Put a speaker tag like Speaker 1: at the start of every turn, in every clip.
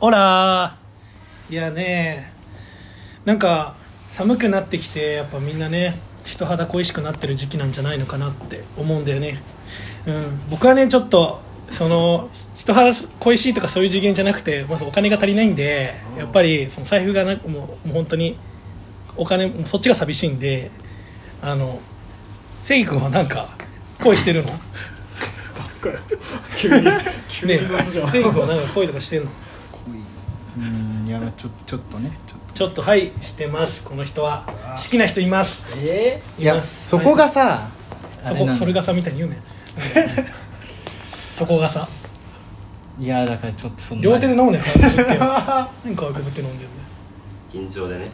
Speaker 1: オラいやねなんか寒くなってきてやっぱみんなね人肌恋しくなってる時期なんじゃないのかなって思うんだよねうん僕はねちょっとその人肌恋しいとかそういう次元じゃなくてまずお金が足りないんで
Speaker 2: うん
Speaker 1: やっぱりその財布がなもうもう本当にお金もうそっちが寂しいんであの正義君はなんか恋してるの
Speaker 2: 雑かよ急に 急
Speaker 1: ね
Speaker 2: に
Speaker 1: え
Speaker 2: 雑じゃん、
Speaker 1: 正義君はなんか恋とかしてんの
Speaker 3: 恋うんいやまあちょちょっとねちょっと
Speaker 1: ちょっとはいしてますこの人は好きな人います
Speaker 2: え
Speaker 3: い
Speaker 1: い
Speaker 3: や
Speaker 1: ます
Speaker 3: そこがさ、あ
Speaker 1: そ
Speaker 3: れ
Speaker 1: こ
Speaker 3: なの
Speaker 1: それがさみたいに言うねそこがさ
Speaker 3: いやだからちょっとその
Speaker 1: 両手で飲むね皮くぶって何かぶって飲んでるね
Speaker 4: 緊張でね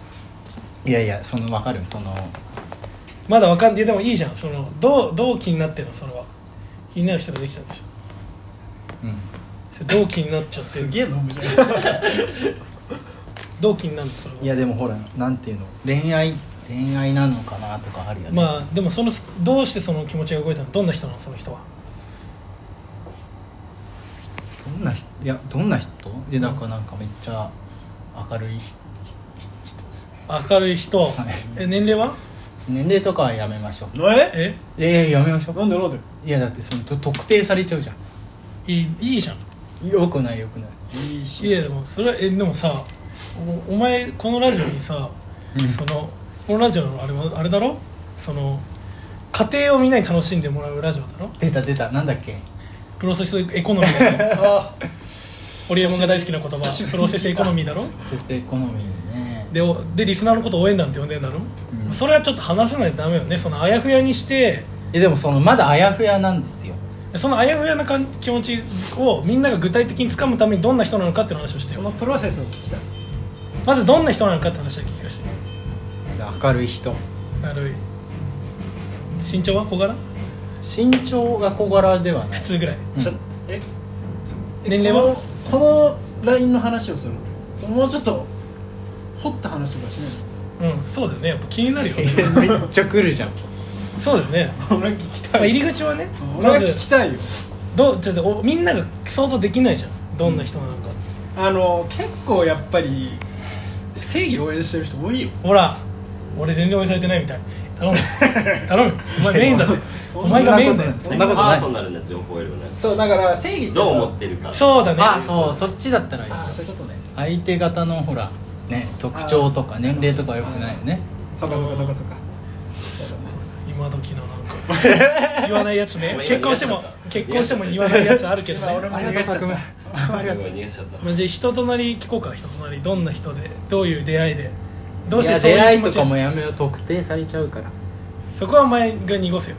Speaker 3: いやいやそのわかるその
Speaker 1: まだわかんないやでもいいじゃんそのどうどう気になってるのそれは気になる人ができたんでしょ
Speaker 3: うん
Speaker 1: それどう気になっちゃって
Speaker 2: す
Speaker 1: る
Speaker 2: げえ飲むじゃん
Speaker 1: どう気になるのそれはい
Speaker 3: やでもほらなんていうの恋愛恋愛なのかなとかあるよね
Speaker 1: まあでもそのどうしてその気持ちが動いたのどんな人なのその人は
Speaker 3: どんな人いやどんな人でなんかなんかめっちゃ明るいひひひ人ですね
Speaker 1: 明るい人、
Speaker 3: はい
Speaker 1: え年齢は
Speaker 3: 年齢とかはやめましょう
Speaker 2: え
Speaker 1: え
Speaker 3: いやいややめましょ
Speaker 2: なん
Speaker 3: う
Speaker 2: でなんで
Speaker 3: いやだってそのと特定されちゃうじゃ
Speaker 1: いいいいじゃん
Speaker 3: んよくないよくない
Speaker 2: いい
Speaker 1: いやでもそれはえでもさおお前このラジオにさそのこのラジオのあれはあれだろその家庭をみんなに楽しんでもらうラジオだろ
Speaker 3: 出た出たなんだっけ
Speaker 1: プロセスエコノミーだろ
Speaker 2: あ
Speaker 1: ホリエモンが大好きな言葉プロセスエコノミーだろ
Speaker 3: 節制エコノミーね
Speaker 1: でおでリスナーのこと応援団って呼んでんだろ、
Speaker 3: うん
Speaker 1: それはちょっと話せないとダメよねそのあやふやにして
Speaker 3: えでもそのまだあやふやなんですよ
Speaker 1: そのあやふやな感気持ちをみんなが具体的につかむためにどんな人なのかっていう話をして
Speaker 2: そ
Speaker 1: よ
Speaker 2: のプロセスを聞きたい
Speaker 1: まずどんな人なのかって話を聞きまして
Speaker 3: 明るい人
Speaker 1: 軽い身長は小柄
Speaker 3: 身長が小柄ではない
Speaker 1: 普通ぐらい
Speaker 3: うん
Speaker 2: ちょえ
Speaker 1: 年齢は
Speaker 2: このこのラインの話をするのそのもうちょっと掘った話とかし
Speaker 1: うんそうだよねやっぱ気になるよね
Speaker 3: めっちゃ来るじゃん
Speaker 1: そうだよね、
Speaker 2: ないの俺は聞き
Speaker 1: ま
Speaker 2: た
Speaker 1: あ、
Speaker 2: い
Speaker 1: 入り口はね
Speaker 2: 俺
Speaker 1: ま
Speaker 2: は
Speaker 1: ず
Speaker 2: 聞きたいよ
Speaker 1: どうちょっとおみんなが想像できないじゃんどんな人なのか、
Speaker 2: あの結構やっぱり正義応援してる人多いよ
Speaker 1: ほら俺全然応援されてないみたい 頼む頼むお前メインだってお前がメインだよ
Speaker 3: そんなことない
Speaker 4: パーソナルな情報を得るよね
Speaker 2: そうだから正義って
Speaker 4: どう思ってるか
Speaker 1: そうだね
Speaker 3: あそうそっちだったらいい
Speaker 2: ああそういうことね
Speaker 3: 相手方のほらね特徴とか年齢とかよくないよね
Speaker 2: そうかそうかそうかそうか
Speaker 1: 今時のなんか言わないやつ ね結婚しても結婚しても言わないやつあるけどね
Speaker 2: 俺も
Speaker 3: ありがとう拓夢ありがとう
Speaker 4: 逃がしちゃった
Speaker 1: まあじゃあ人となり聞こうか人となりどんな人でどういう出会いでどうし
Speaker 3: い
Speaker 1: て
Speaker 3: や
Speaker 1: そう
Speaker 3: 出
Speaker 1: いう
Speaker 3: 会い
Speaker 1: 気持
Speaker 3: と
Speaker 1: ち
Speaker 3: かもやめよう特定されちゃうから
Speaker 1: そこはお前が濁せよ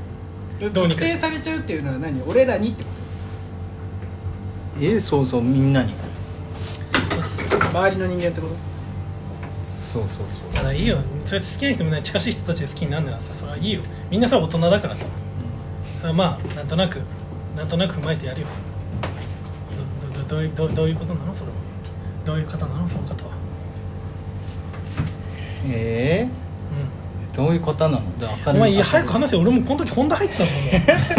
Speaker 1: どうに
Speaker 2: 特
Speaker 1: か
Speaker 2: 定されちゃうっていうのは何俺らにってこ
Speaker 3: えそうそうみんなに
Speaker 2: と周りの人間ってこと
Speaker 3: そうそうそう
Speaker 1: ただいいよそれ好きな人みんな近しい人たちで好きになるならさそれはいいよみんなさ大人だからさそれはまあなんとなくなんとなく踏まえてやるよどどどどういうどうどういうことなのそれはどういう方なのその方は
Speaker 3: え
Speaker 1: う
Speaker 3: ーどういう方なので明
Speaker 1: んお
Speaker 3: る
Speaker 1: 前いや早く話せよ俺もこの時ホンダ入ってたも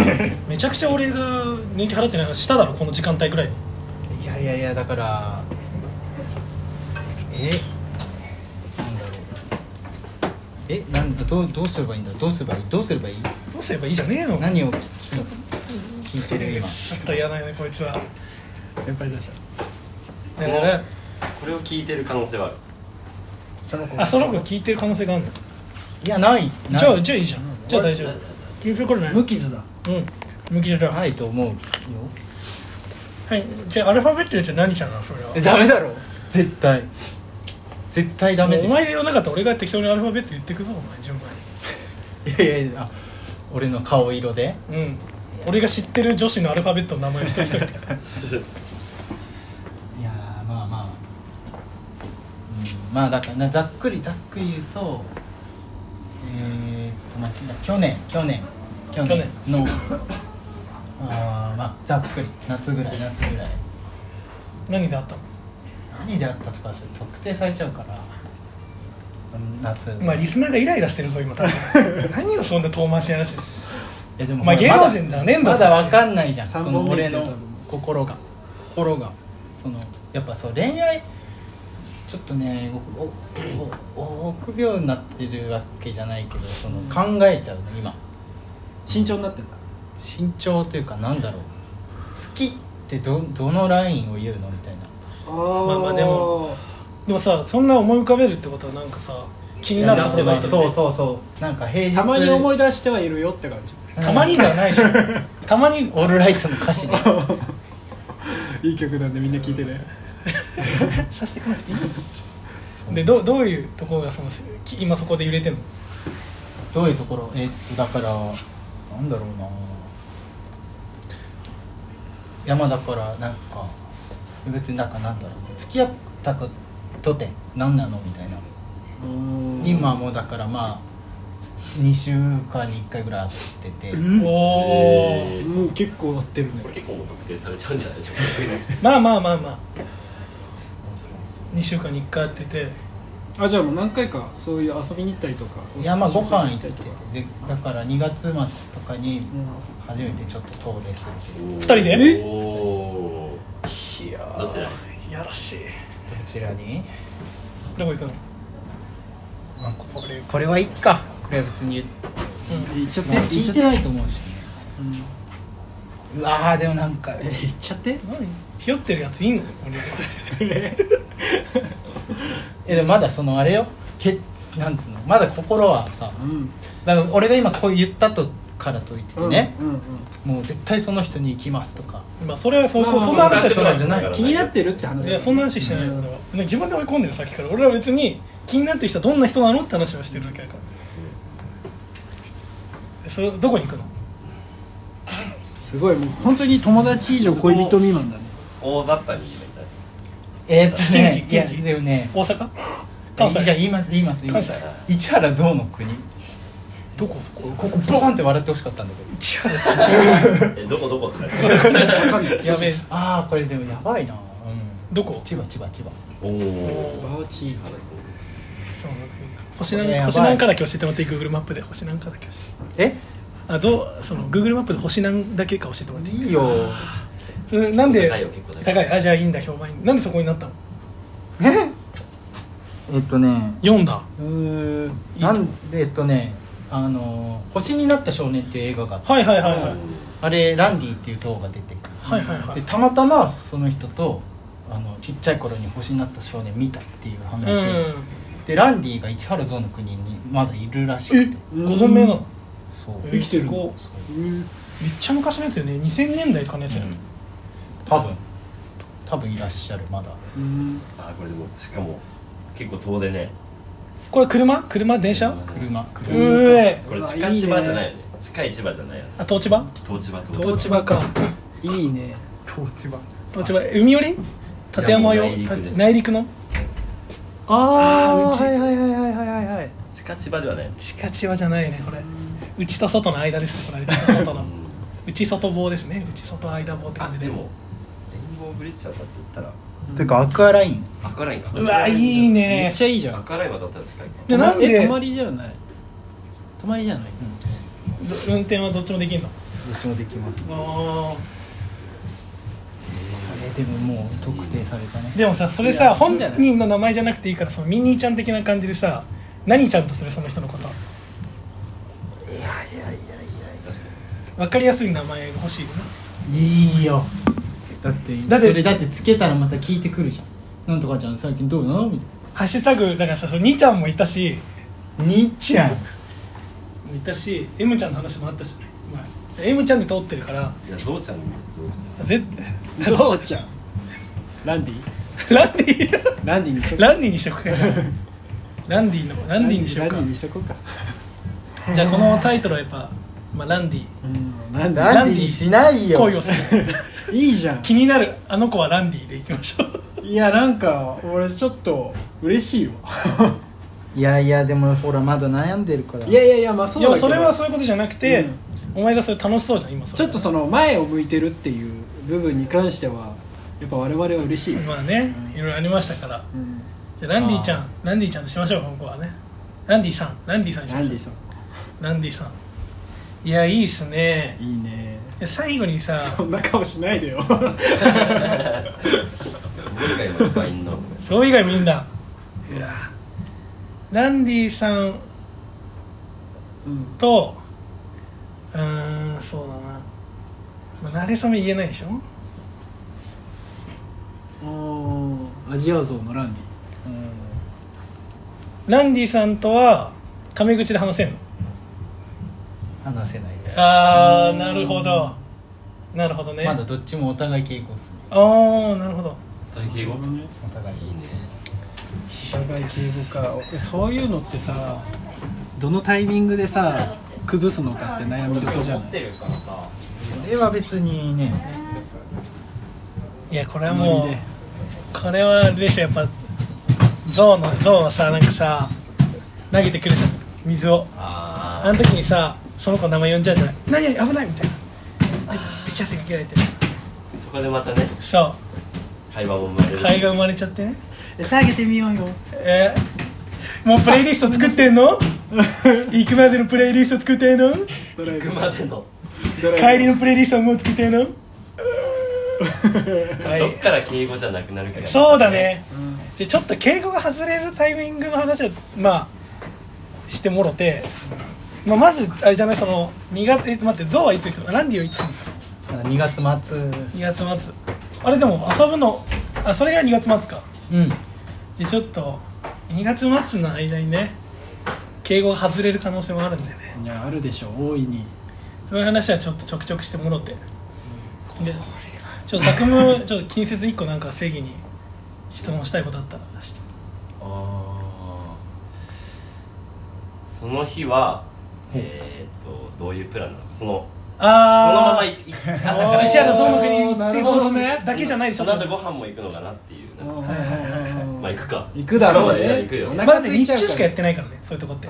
Speaker 1: ん もうめちゃくちゃ俺が年金払ってない話しただろこの時間帯ぐらいに
Speaker 3: いやいやいやだからえなんだろうえなんだどうどうすればいいんだどうすればいいどうすればいい
Speaker 1: どうすればいいじゃねえよちょ
Speaker 3: 何を聞き聞いてる今
Speaker 1: っと嫌ないねこいつは
Speaker 2: やっぱり出した
Speaker 1: だから
Speaker 4: これを聞いてる可能性はある
Speaker 2: その子
Speaker 1: あその子が聞いてる可能性があるの
Speaker 3: いやない
Speaker 1: じ
Speaker 3: ない
Speaker 1: ゃあじゃあいいじゃんじゃあ大丈
Speaker 4: なな
Speaker 1: 夫究極これね
Speaker 2: 無傷だ
Speaker 1: うん無傷だはい
Speaker 3: ないと思うよ
Speaker 1: はい、じゃあアルファベットで何ちゃんなのそれは
Speaker 3: えダメだろ絶対絶対ダメで
Speaker 1: お
Speaker 3: しょ
Speaker 1: 前が言わなかったら俺が適当にアルファベット言ってくぞお前順番
Speaker 3: いやいやいやあ俺の顔色で
Speaker 1: にうん俺が知ってる女子のアルファベットの名前を一人一人言ってください
Speaker 3: いやーまあまあ、うん、まあだからなざっくりざっくり言うとえー、っとまあ去年去年去年のあーまあざっくり夏ぐらい夏ぐらい
Speaker 1: 何であったの
Speaker 3: 何であったとかそれ特定されちゃうから夏
Speaker 1: お前リスナーがイライラしてるぞ今多分何をそんな遠回しに話してる
Speaker 3: えで
Speaker 1: お前
Speaker 3: ほら
Speaker 1: 芸能人だねんだ
Speaker 3: まだまだわかんないじゃん
Speaker 2: 三
Speaker 3: その
Speaker 2: 本目
Speaker 3: 俺
Speaker 2: って
Speaker 3: の
Speaker 2: 多分
Speaker 3: 心が心がそのやっぱそう恋愛ちょっとねおおお臆病になってるわけじゃないけどその考えちゃうね今
Speaker 2: 慎重になってんだ
Speaker 3: 慎重というかなんだろう好きってどどのラインを言うのみたいな
Speaker 2: あ
Speaker 1: まあまあでもでもさそんな思い浮かべるってことはなんかさ気になるところがあった
Speaker 3: そう
Speaker 1: う
Speaker 3: そうそうなんか平日
Speaker 2: たまに思
Speaker 3: い
Speaker 2: い出してはいるよって感じ
Speaker 1: たまにではないで しょたまに
Speaker 3: オールライトの歌詞で
Speaker 2: いい曲なんでみんな聴いてね
Speaker 1: させてこなくていいでどうどういうところがそのき今そこで揺れてんの
Speaker 3: どういうところえっとだからなんだろうな山だからなんか別になんかなんだろう付き合ったことて何なのみたいな今もだからまあ2週間に1回ぐらい会ってて
Speaker 2: うん
Speaker 1: おお
Speaker 4: えー
Speaker 2: もう結構なってるね
Speaker 4: これ結構もう特定されちゃうんじゃないでしょうか
Speaker 1: まあまあまあまあ2週間に1回やってて
Speaker 2: あじゃあもう何回かそういう遊びに行ったりとか
Speaker 3: いやまあご飯行っ
Speaker 2: お食事
Speaker 3: て
Speaker 2: に
Speaker 3: てでだから2月末とかに
Speaker 2: う
Speaker 3: 初めてちょっと遠出するけど
Speaker 4: 二
Speaker 1: 二人で
Speaker 4: おお
Speaker 1: いやー
Speaker 4: どちら
Speaker 1: やらしい
Speaker 3: どちらに
Speaker 1: どこ行くの
Speaker 3: あこれこれはいっかこれは別に
Speaker 2: ん行っちゃって
Speaker 3: まあ聞いてないと思うしね
Speaker 2: うん
Speaker 3: うわーでもなんか
Speaker 2: 行っちゃって
Speaker 1: 何ひよってるやついんの俺
Speaker 3: えでもまだそのあれよけなんつうのまだ心はさ
Speaker 2: うん
Speaker 3: だから俺が今こう言ったとからといってね、
Speaker 2: うんうん
Speaker 3: もう絶対その人に行きますとか
Speaker 1: まあそれはそ,、う
Speaker 2: まあまあ
Speaker 1: そんな話はしてな
Speaker 3: だってそれじゃ
Speaker 1: い
Speaker 3: ない
Speaker 2: うん気になってるって話
Speaker 1: いやそんな話してないよ俺は、ね自分で追い込んでるさっきから俺は別に気になってる人はどんな人なのって話をしてるだけだからそれどこに行くの
Speaker 2: すごいもう本当に友達以上恋人未満だね
Speaker 4: 大雑把に言えばい
Speaker 3: えー、
Speaker 4: いんだ
Speaker 3: っとね
Speaker 1: 近畿
Speaker 3: いや
Speaker 1: 近畿
Speaker 3: でもね
Speaker 1: 大阪関
Speaker 3: いや
Speaker 1: 西
Speaker 3: 言います言います言います
Speaker 1: 関
Speaker 3: 市原象の国
Speaker 1: どこそこ
Speaker 3: ここボーンって笑ってほしかったんだけど
Speaker 1: 市原
Speaker 4: えどこどこってなる
Speaker 1: やべえ
Speaker 3: ああこれでもやばいなうん
Speaker 1: どこ
Speaker 3: 千葉千葉千葉
Speaker 4: おお
Speaker 2: バーチー
Speaker 1: そう星
Speaker 3: これ
Speaker 1: なん
Speaker 3: やばい
Speaker 1: 星なんかだけ教えてもらって Google マップで星なんかだけ教えて
Speaker 3: え
Speaker 1: あぞその Google マップで星なんだけか教えてもらっていい
Speaker 3: いいよ
Speaker 1: それなんで
Speaker 4: 高いよ結構高い
Speaker 1: あじゃあいいんだ評判いいんだなんでそこになったの
Speaker 3: ええっとね
Speaker 1: 読んだ
Speaker 3: うーなんでえっとねあのー「星になった少年」っていう映画があって
Speaker 1: はいはいはいはいはい
Speaker 3: あれランディっていう像が出てくる
Speaker 1: はいは
Speaker 3: で
Speaker 1: い
Speaker 3: たまたまその人とあのちっちゃい頃に星になった少年見たっていう話、でランディが市原像の国にまだいるらしくて
Speaker 1: うんご存命なの
Speaker 3: そう
Speaker 1: え
Speaker 2: 生きてる
Speaker 1: すごい
Speaker 3: そう
Speaker 2: うん
Speaker 1: めっちゃ昔のやつよね2000年代とかのやつよね、
Speaker 3: 多分多分いらっしゃるまだ
Speaker 2: うん
Speaker 4: あこれでもしかも結構遠出ね
Speaker 1: これ車車電車う
Speaker 3: 車
Speaker 1: え
Speaker 3: 車
Speaker 1: え
Speaker 4: これ
Speaker 2: うわ
Speaker 4: 近
Speaker 2: いいね
Speaker 4: 千葉じゃないよね近い千葉じゃないよね
Speaker 1: あ東千葉
Speaker 4: 東千葉東
Speaker 1: 東千葉か
Speaker 2: いいね
Speaker 3: 東千葉
Speaker 1: 東千葉海寄り立山用
Speaker 4: いやもう内陸です
Speaker 1: た内陸の
Speaker 2: あ
Speaker 1: あー
Speaker 2: はいはいはいはいはいはい
Speaker 4: 近千葉ではない
Speaker 1: 近千葉じゃないねこれ内と外の間ですこれ内と外
Speaker 4: う
Speaker 1: の
Speaker 4: ん
Speaker 1: 内外棒ですね内外間棒って
Speaker 4: あ
Speaker 1: 感じで
Speaker 4: でもレインボーブリッジ渡って言ったら
Speaker 3: ていうかアクアライン
Speaker 4: 赤ラインか
Speaker 1: うわいい
Speaker 2: め
Speaker 1: ね
Speaker 2: っちゃいいじゃん
Speaker 4: 赤ライン渡ったら近いか
Speaker 1: でなんで
Speaker 2: え泊まりじゃない泊まりじゃない
Speaker 1: ど運転はどっちもできるの
Speaker 3: どっちもできます
Speaker 1: あ
Speaker 3: えーでももう特定されたね
Speaker 1: ーでもさそれ
Speaker 2: い
Speaker 1: さ
Speaker 2: やいいん
Speaker 1: 本
Speaker 2: じゃない
Speaker 1: 人の名前じゃなくていいからそのミニーちゃん的な感じでさ何ちゃんとするその人のこと
Speaker 4: 確かに
Speaker 1: 分かりやすい名前が欲しいよね
Speaker 3: いいよだって
Speaker 1: だって
Speaker 3: それだってつけたらまた聞いてくるじゃんなんとかちゃん最近どうなのみたい
Speaker 1: ハッシュタグだからさその2ちゃんもいたし
Speaker 3: なにっちゃん
Speaker 1: いたし M ちゃんの話もあったし、まあ、M ちゃんで通ってるから
Speaker 4: いやゾウちゃんにゾウち
Speaker 1: 絶
Speaker 2: ゾウちゃんランディ
Speaker 1: 対ランディ
Speaker 2: ランディにし
Speaker 1: ランディにしと
Speaker 2: とこ
Speaker 1: くかランディのランディにしよう
Speaker 2: ラ
Speaker 1: か
Speaker 2: ンディにしとこうか
Speaker 1: じゃあこのタイトルはやっぱ、まあ、ランディ
Speaker 2: うんランディ
Speaker 1: ラ
Speaker 3: ラ
Speaker 1: ン
Speaker 3: ン
Speaker 1: デ
Speaker 3: デ
Speaker 1: ィ
Speaker 3: ィしないよ
Speaker 1: 恋をする
Speaker 2: いいじゃん
Speaker 1: 気になるあの子はランディでいきま しょう
Speaker 2: いやなんか俺ちょっと嬉しいわ
Speaker 3: いやいやでもほらまだ悩んでるから
Speaker 2: いやいやいやまあそ
Speaker 1: いう
Speaker 2: だ
Speaker 1: や
Speaker 2: けど
Speaker 1: それはそういうことじゃなくて、お前がそれ楽しそうじゃん今それ
Speaker 2: ちょっとその前を向いてるっていう部分に関してはやっぱ我々は嬉しいよ、
Speaker 1: まあねいろいろありましたから
Speaker 2: うん、
Speaker 1: じゃあランディちゃんランディちゃんとしましょうこの子はねランディさんランディさんにし
Speaker 2: ラ
Speaker 1: ま
Speaker 2: ン
Speaker 1: しょ
Speaker 2: デ
Speaker 1: う
Speaker 2: ィさん
Speaker 1: ランディさんいやいいっすね
Speaker 2: いいね
Speaker 1: 最後にさ
Speaker 2: そんな顔しないでよ
Speaker 4: ゃん外もいっぱいいんの
Speaker 1: そう以外みんな
Speaker 2: うわ
Speaker 1: ランディさん
Speaker 2: うん
Speaker 1: とうーんそうだな、まあ、慣れ初め言えないでしょ
Speaker 2: おーアジア像のランディ
Speaker 1: ランディさんとはタメ口で話せんの
Speaker 3: 話せないです
Speaker 1: ああなるほどなるほどね
Speaker 3: まだどっちもお互い傾向っすね
Speaker 1: ああなるほど
Speaker 4: 最近語
Speaker 3: お互い
Speaker 4: いいね
Speaker 2: 社会敬語かそういうのってさどのタイミングでさ崩すのかって悩みどころじゃない
Speaker 4: るからさ
Speaker 3: それは別にね
Speaker 1: いやこれは
Speaker 2: ノ
Speaker 1: も
Speaker 2: リで
Speaker 1: うこれはあれでしょやっぱゾウのゾウはさなんかさ投げてくるじゃん水を
Speaker 4: あ
Speaker 1: あの時にさその子の名前呼んじゃうじゃない何々危ないみたいなでビチャってかけられて
Speaker 4: ーそこでまたね
Speaker 1: そ
Speaker 4: 会話も生まれ
Speaker 1: う
Speaker 4: る
Speaker 1: 貝が生まれちゃってね
Speaker 2: 下げてみようよ
Speaker 1: えー、もうプレイリスト作ってんの行くまでのプレイリスト作ってんの
Speaker 2: ドライ
Speaker 4: 行
Speaker 2: ブ
Speaker 4: くまでの
Speaker 1: 帰りのプレイリストもう作ってんのは
Speaker 4: どっか
Speaker 1: い
Speaker 4: ら敬語じゃなくなるかが
Speaker 1: そうだね
Speaker 2: うん
Speaker 1: じゃあちょっと敬語が外れるタイミングの話はまあしてもろて、まあ、まずあれじゃないその2月え待ってゾウはいつ行くのランディはいつ行くの
Speaker 3: 2月末です
Speaker 1: 2月末あれでも遊ぶのあそれが2月末か
Speaker 3: うん
Speaker 1: でちょっと2月末の間にね敬語が外れる可能性もあるんでね
Speaker 2: いやあるでしょ大いに
Speaker 1: そういう話はちょっとちょくちょくしてもろてでちょっと拓夢 ちょっと近接1個なんか正義に質問したいことあったらして
Speaker 4: あーその日はえー、っとどういうプランなのかそのそのま
Speaker 1: あ
Speaker 4: ま
Speaker 1: ー
Speaker 4: いい朝か
Speaker 1: あ
Speaker 4: ら
Speaker 1: ー一夜のゾウの国に行っ
Speaker 2: な
Speaker 1: て
Speaker 2: る
Speaker 1: ど
Speaker 2: ほ
Speaker 1: うす
Speaker 2: ど
Speaker 1: ん
Speaker 2: ね
Speaker 1: だけじゃないでし
Speaker 4: そ
Speaker 1: ょ
Speaker 4: の後ご飯も行くのかなっていうなんか
Speaker 1: はいはいはいはい
Speaker 4: まあ行くか
Speaker 2: 行くだろうね
Speaker 4: 今までなら行くよ、
Speaker 2: な
Speaker 1: ま
Speaker 2: んか
Speaker 1: だね日中しかやってないからねそういうとこって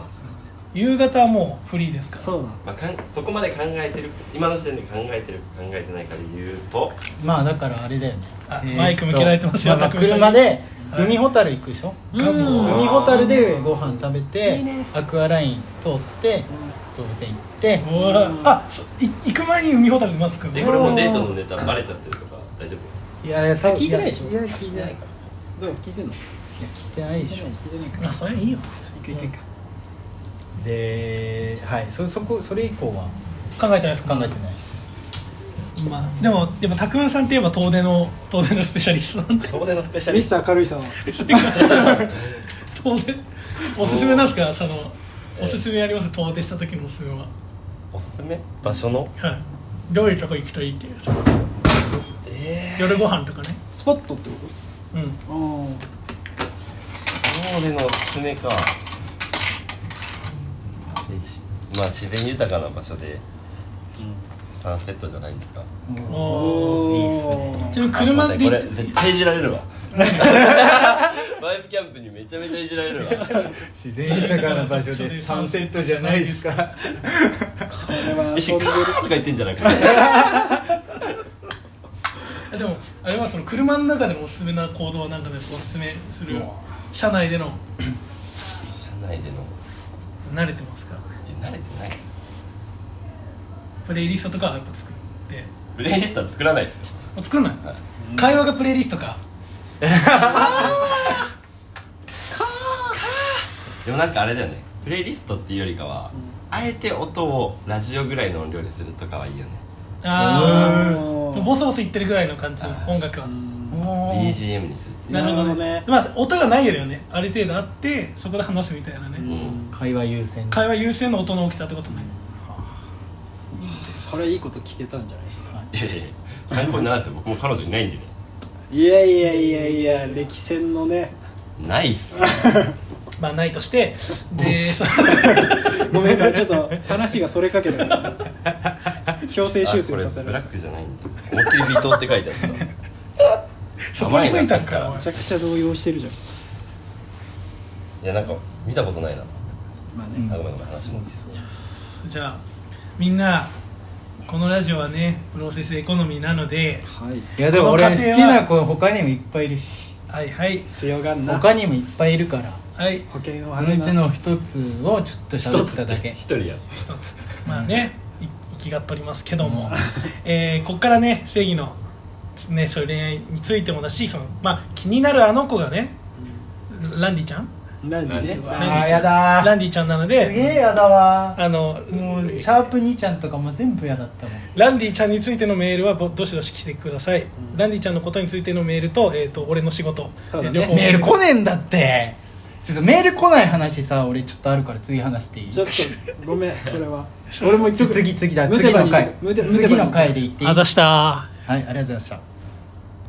Speaker 1: 夕方はもうフリーですから
Speaker 2: そうだ
Speaker 4: まあ、かんそこまで考えてる今の時点で考えてるか考えてないかで言うと
Speaker 3: まあだからあれだよね
Speaker 1: あ
Speaker 3: ーと
Speaker 1: マイク向けられてますよ
Speaker 3: まあ
Speaker 1: たくみさんに
Speaker 3: 車で海ほたる行くでしょ
Speaker 2: うん
Speaker 3: 海ほたるでご飯食べて
Speaker 2: いいね
Speaker 3: アクアライン通って動物園行って
Speaker 1: おーあそい行く前に海ほたるでまず来る
Speaker 4: えこれもうデートのネタバレちゃってるとか大丈夫
Speaker 3: いやいや
Speaker 2: 聞いてないでしょ
Speaker 3: やや聞いてない
Speaker 4: か
Speaker 2: どう聞いてんの
Speaker 3: いや聞いてないでしょ
Speaker 2: 聞いてないか
Speaker 1: あそれいいよ
Speaker 2: 行く行く行く
Speaker 3: ではいそそこそれ以降は
Speaker 1: 考えてないです
Speaker 3: 考
Speaker 1: か
Speaker 3: えてないです
Speaker 1: まあでもでもたくまさんっていえば遠出の遠出のスペシャリストなんで
Speaker 4: そこでのスペシャリ
Speaker 2: ミ
Speaker 4: ス
Speaker 2: ス
Speaker 4: ト
Speaker 2: ター軽井沢
Speaker 1: 遠出おすすめなんですかそのおすすめあります遠出した時のおすすめは
Speaker 4: おすすめ場所の
Speaker 1: はい料理とか行くといいっていう
Speaker 4: え
Speaker 1: 夜ご飯とかね
Speaker 2: スポットってこ
Speaker 1: うん
Speaker 2: とうん
Speaker 4: ー、どうでのおすすめかえしまあ自然豊かな場所で、サンセットじゃないんですか
Speaker 1: お
Speaker 3: いいっすね
Speaker 1: ちなみに車で
Speaker 4: あす
Speaker 1: 行っ
Speaker 4: いませんこれ絶対いじられるわバイプキャンプにめちゃめちゃいじられ るわ
Speaker 3: 自然豊かな場所でサンセットじゃないですか
Speaker 2: これは
Speaker 4: 石
Speaker 2: 遊
Speaker 4: カ
Speaker 2: んでる
Speaker 4: ーとか言ってんじゃな くて
Speaker 1: えでもあれはその車の中でのおすすめな行動はなんかですおすすめする車内での
Speaker 4: 車内での
Speaker 1: 慣れてますか
Speaker 4: え慣れてないです
Speaker 1: プレイリストとかはやっぱ作って
Speaker 4: プレイリストは作らないですよ
Speaker 1: あ作んない、
Speaker 4: は
Speaker 1: 会話がプレイリストか
Speaker 4: でもなんかあれだよねプレイリストっていうよりかは、あえて音をラジオぐらいの音量にするとかはいいよね
Speaker 1: ああ
Speaker 2: うん
Speaker 1: ボソボソ言ってるぐらいの感じの音楽は
Speaker 3: も
Speaker 4: BGM にするっていう
Speaker 2: なるほどね
Speaker 1: まあ音がないよりはねある程度あってそこで話すみたいなね、
Speaker 4: うん
Speaker 3: 会話優先
Speaker 1: 会話優先の音の大きさってことね
Speaker 2: これいいこと聞けたんじゃないですか
Speaker 4: いやいやいや参考にならないですよ僕も彼女いないんでね
Speaker 2: いやいやいやいや歴戦のね
Speaker 4: ないっす
Speaker 1: まあないとしてで そ
Speaker 2: ごめんなちょっと話がそれかけたから強制修正させ
Speaker 4: あこれブ
Speaker 2: る
Speaker 4: ラックじゃないんだ思いっきりビートって書いてあっため
Speaker 1: そこに吹いたんかお
Speaker 4: 甘
Speaker 1: い
Speaker 2: めちゃくちゃ動揺してるじゃん
Speaker 4: いやなんか見たことないな
Speaker 2: まあ
Speaker 3: うん
Speaker 4: あごめんごめん話も
Speaker 1: じゃあみんなこのラジオはねプロセスエコノミーなので
Speaker 2: はい
Speaker 3: いやでも俺
Speaker 1: こ
Speaker 3: 好
Speaker 1: の家
Speaker 3: き
Speaker 1: 庭は
Speaker 3: な子他にもいっぱいいるし
Speaker 1: はいはい
Speaker 2: 強がんな
Speaker 3: 他にもいっぱいいるから
Speaker 1: はい
Speaker 2: 保険を
Speaker 3: そ
Speaker 2: 張
Speaker 3: の
Speaker 2: る
Speaker 3: う
Speaker 2: な
Speaker 3: ちの一つをちょっと喋っただけ
Speaker 4: 一人や
Speaker 1: 一つまあねい生きがっとりますけども、えーここからね正義のね、そういう恋愛についてもだしその、まあ、気になるあの子がねランディちゃん
Speaker 2: 何でね
Speaker 3: あ
Speaker 1: 何
Speaker 3: ーやだ
Speaker 1: ラ
Speaker 3: ー
Speaker 1: ンディちゃんなの
Speaker 3: すげえ
Speaker 1: で
Speaker 3: やだわ
Speaker 1: あの
Speaker 3: ーもうシャープ兄ちゃんとかも全部やだったもん
Speaker 1: ランディちゃんについてのメールはぼどしどし来てください、
Speaker 2: うん
Speaker 1: ランディちゃんのことについてのメールと,、えー、と俺の仕事、
Speaker 2: そうだね
Speaker 1: えー両方
Speaker 3: メール来ねえんだってちょっとメール来ない話さ俺ちょっとあるから次話していい
Speaker 2: ちょっとごめんそれは 俺も言っとく
Speaker 3: 次次だ
Speaker 2: ム
Speaker 3: 次
Speaker 2: テバ
Speaker 3: の
Speaker 2: に
Speaker 3: 回
Speaker 2: ムテムテバに
Speaker 3: 次の回で言ってい
Speaker 1: あ
Speaker 3: いはい
Speaker 1: 出した
Speaker 3: ありがとうございました